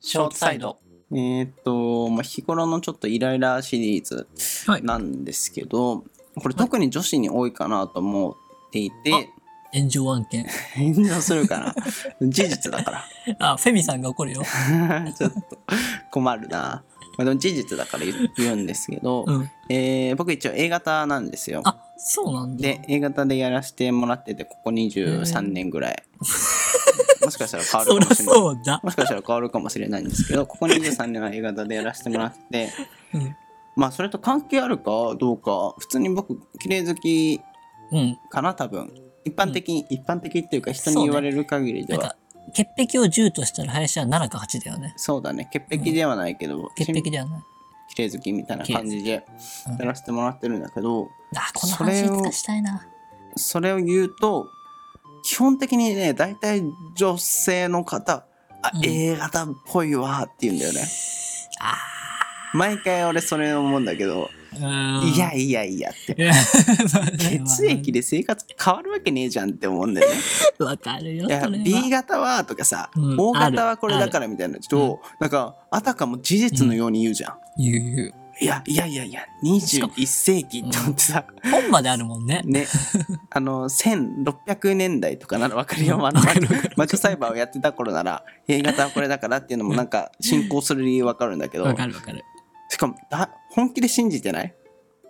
ショートサイド。えーっと、まあ、日頃のちょっとイライラシリーズはい。なんですけど、これ特に女子に多いかなと思っていて、炎上案 件。炎上するかな 事実だかあ、フェミさんが怒るよ。ら ちょっと困るな、まあ、でも事実だから言う言うんですけど、うん。えー僕一応 A 型なんですよあ、そうなんだ。で A 型でやらせてもらっててここ23年ぐら い、もしかしたら変わそるりかもゃしれないそうだ。もしかしたら変わるかもしれないんですけどここ23年は A 型でやらせてもらっててうん。まあそれと関係あるかどうか普通に僕綺麗好きうん。かな多分一般的に、一般的っていうか人に言われる限りでなんはか、潔癖を10としたら林は7か8だよね。そうだね潔癖ではないけど、潔癖綺ではない。麗好きみたいな感じでうんやらせてもらってるんだけどあ、このそれ話いをつかしたいな。それを言うと基本的にね大体女性の方あ、うん A 型っぽいわって言うんだよねあ毎回俺それ思うんだけど、ー。いやいやいやっていや。血液で生活変わるわけねえじゃんって思うんだよ ね。わかるよ。いやそれは B 型はとかさ、うん O 型はこれだからみたいなと、なんかあたかも事実のように言うじゃん。言う言ういやいやいやいや21世紀って思ってさ、本まであるもんね。 ねあの1600年代とかなら分かるよ、あのわかるわかる魔女裁判をやってた頃なら A 型はこれだからっていうのもなんか進行する理由分かるんだけどわかるわかる。しかもだ本気で信じてない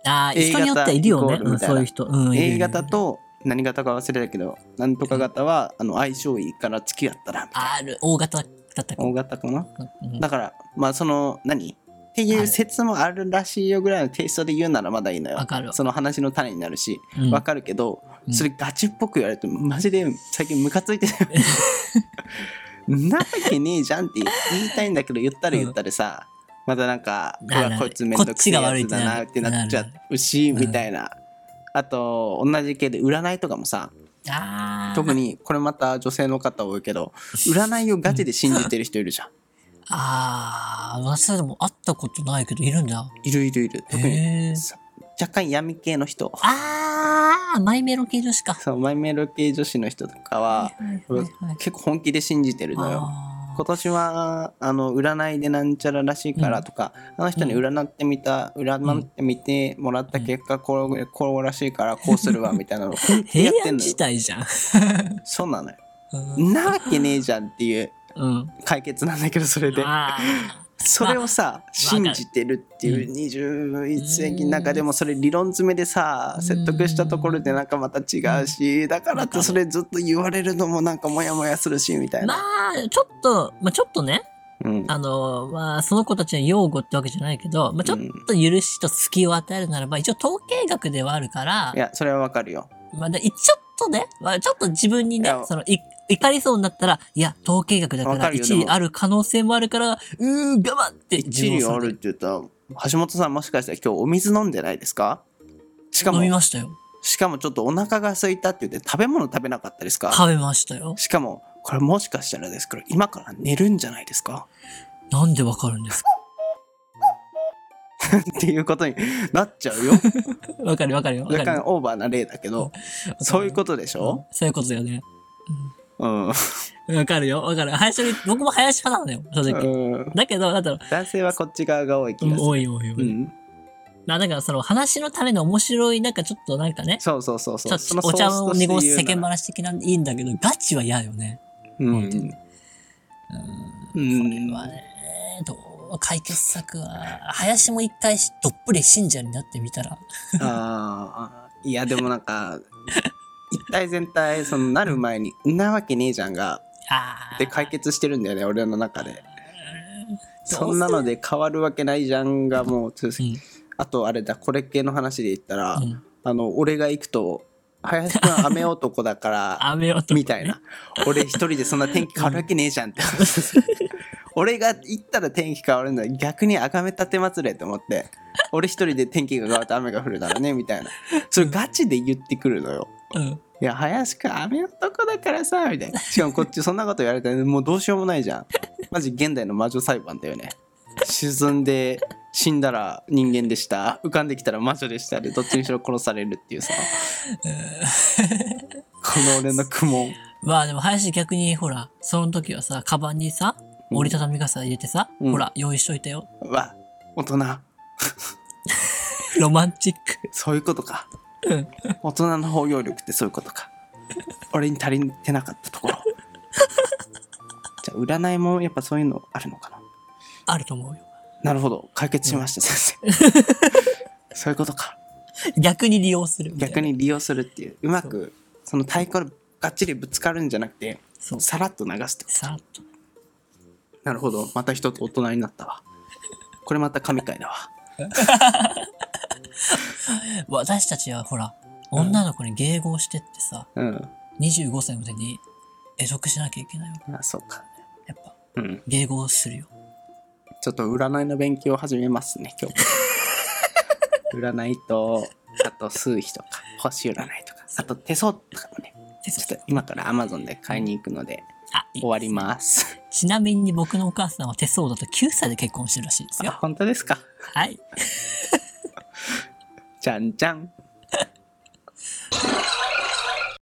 ああ、 A 人によってはいるよ型ねイ。コールうんみたいなそういう人。うん。いるいる A 型と何型か忘れたけどなんとか型はあの相性いいから付き合ったらみたいな R、O 型だったか O 型かなうんだからまあその何っていう説もあるらしいよぐらいのテイストで言うならまだいいのよわかるその話の種になるしうんわかるけど、うんそれガチっぽく言われるとマジで最近ムカついてる なわけねえじゃんって言いたいんだけど言ったら言ったらさ、またなんかうなるわなるこいつめんどくせえやつだなこっっちてが悪いってなるなっちゃうしみたいな、あと同じ系で占いとかもさああ。特にこれまた女性の方多いけど占いをガチで信じてる人いるじゃんああ、私でも会ったことないけど、いるんだ。いるいるいる特にへえ。さ若干闇系の人ああ、マイメロ系女子か。そうマイメロ系女子の人とかははいはいはい結構本気で信じてるのよあー今年はあの占いでなんちゃららしいからとか、あの人に占ってみた占ってみてもらった結果、こうこうらしいからこうするわみたいな のを本気でやっ平てんの安よ時代じゃん。そうなのようんなわけねえじゃんっていううん。解決なんだけどそれでああ。それをさ信じてるっていう21世紀の中でもそれ理論詰めでさうん説得したところでなんかまた違うしだからってそれずっと言われるのもなんかモヤモヤするしみたいまな。あ、ちょっと、まあちょっとね、うんあの、まあ、その子たちの擁護ってわけじゃないけど、まあ、ちょっと許しと隙を与えるならば、一応統計学ではあるからい、やそれはわかるよ。まあ、でちょっとね、まあ、ちょっと自分にいねや、その、い怒りそうになったら、いや、統計学だかわからるよ1で位もある可能性もあるから、うー、我慢って自一分を理責めあるって言ったら橋本さんもしかしたら今日お水飲んでないですかしかも飲みましたよ。しかもちょっとお腹が空いたって言って食べ物食べなかったですか食べましたよ。しかもこれもしかしたらですけど今から寝るんじゃないですか なんでわかるんですかっていうことになっちゃうよ。 わかるわかるよ。わか若干るよ。オーバーな例だけどそういうことでしうんょ、そういうことだよね。うん、わかるよ。わかる。林より僕も林派なのよ、正直。うんだけど、なんだろ、男性はこっち側が多いう気うんがする。多い多い多うい。ん、ななんかその話の種の面白い、なんかちょっとなんかね、そうそうそうちそう。ょっそのとお茶ソをースとして濁す世言う間なら話的なんでいいんだけど、ガチは嫌よね。うん。うこれんはね、どう解決策は、林も一回しどっぷり信者になってみたら、あーいやでもなんか一体全体そのなる前に「んなわけねえじゃんが」あーで解決してるんだよね俺の中でするそんなので変わるわけないじゃんがもう通う信んあとあれだこれ系の話で言ったら、うん。あの俺が行くと林くん雨男だから雨男、みたいな俺一人でそんな天気変わるわけねえじゃんって俺が行ったら天気変わるんだ逆にあがめたて祭れと思って俺一人で天気が変わって雨が降るだろうねみたいなそれガチで言ってくるのようん。いや、林くん、雨男だからさ、みたいな。しかもこっちそんなこと言われたら、もうどうしようもないじゃん。マジ現代の魔女裁判だよね。沈んで、死んだら人間でした。浮かんできたら魔女でした。で、どっちにしろ殺されるっていうさ。この俺の苦悶。まあでも林逆にほら、その時はさ、カバンにさ、うん折りたたみ傘入れてさ、うんほら、用意しといたよ。うわ大人ロマンチック。そういうことかうん大人の包容力ってそういうことか俺に足りてなかったとこ ろじゃあ占いもやっぱそういうのあるのかなあると思うよ。なるほど解決しました先生そういうことか逆に利用するみたいな。逆。に利用するっていううまくその太鼓ががっちりぶつかるんじゃなくてそう。さらっと流すってこさらっと。となるほどまた一つ大人になったわこれまた神回だわ私たちはほら、うん女の子に迎合してってさ、うん25歳までに会得しなきゃいけないわ。あそうかやっぱ、うん迎合するよ。ちょっと占いの勉強を始めますね今日占いとあと数比とか星占いとかあと手相とかもねちちょっと今から Amazon で買いに行くのであ、いい終わりますちなみに僕のお母さんは手相だと9歳 で結婚してるらしいですあよ。本当ですかはい。じゃんじゃん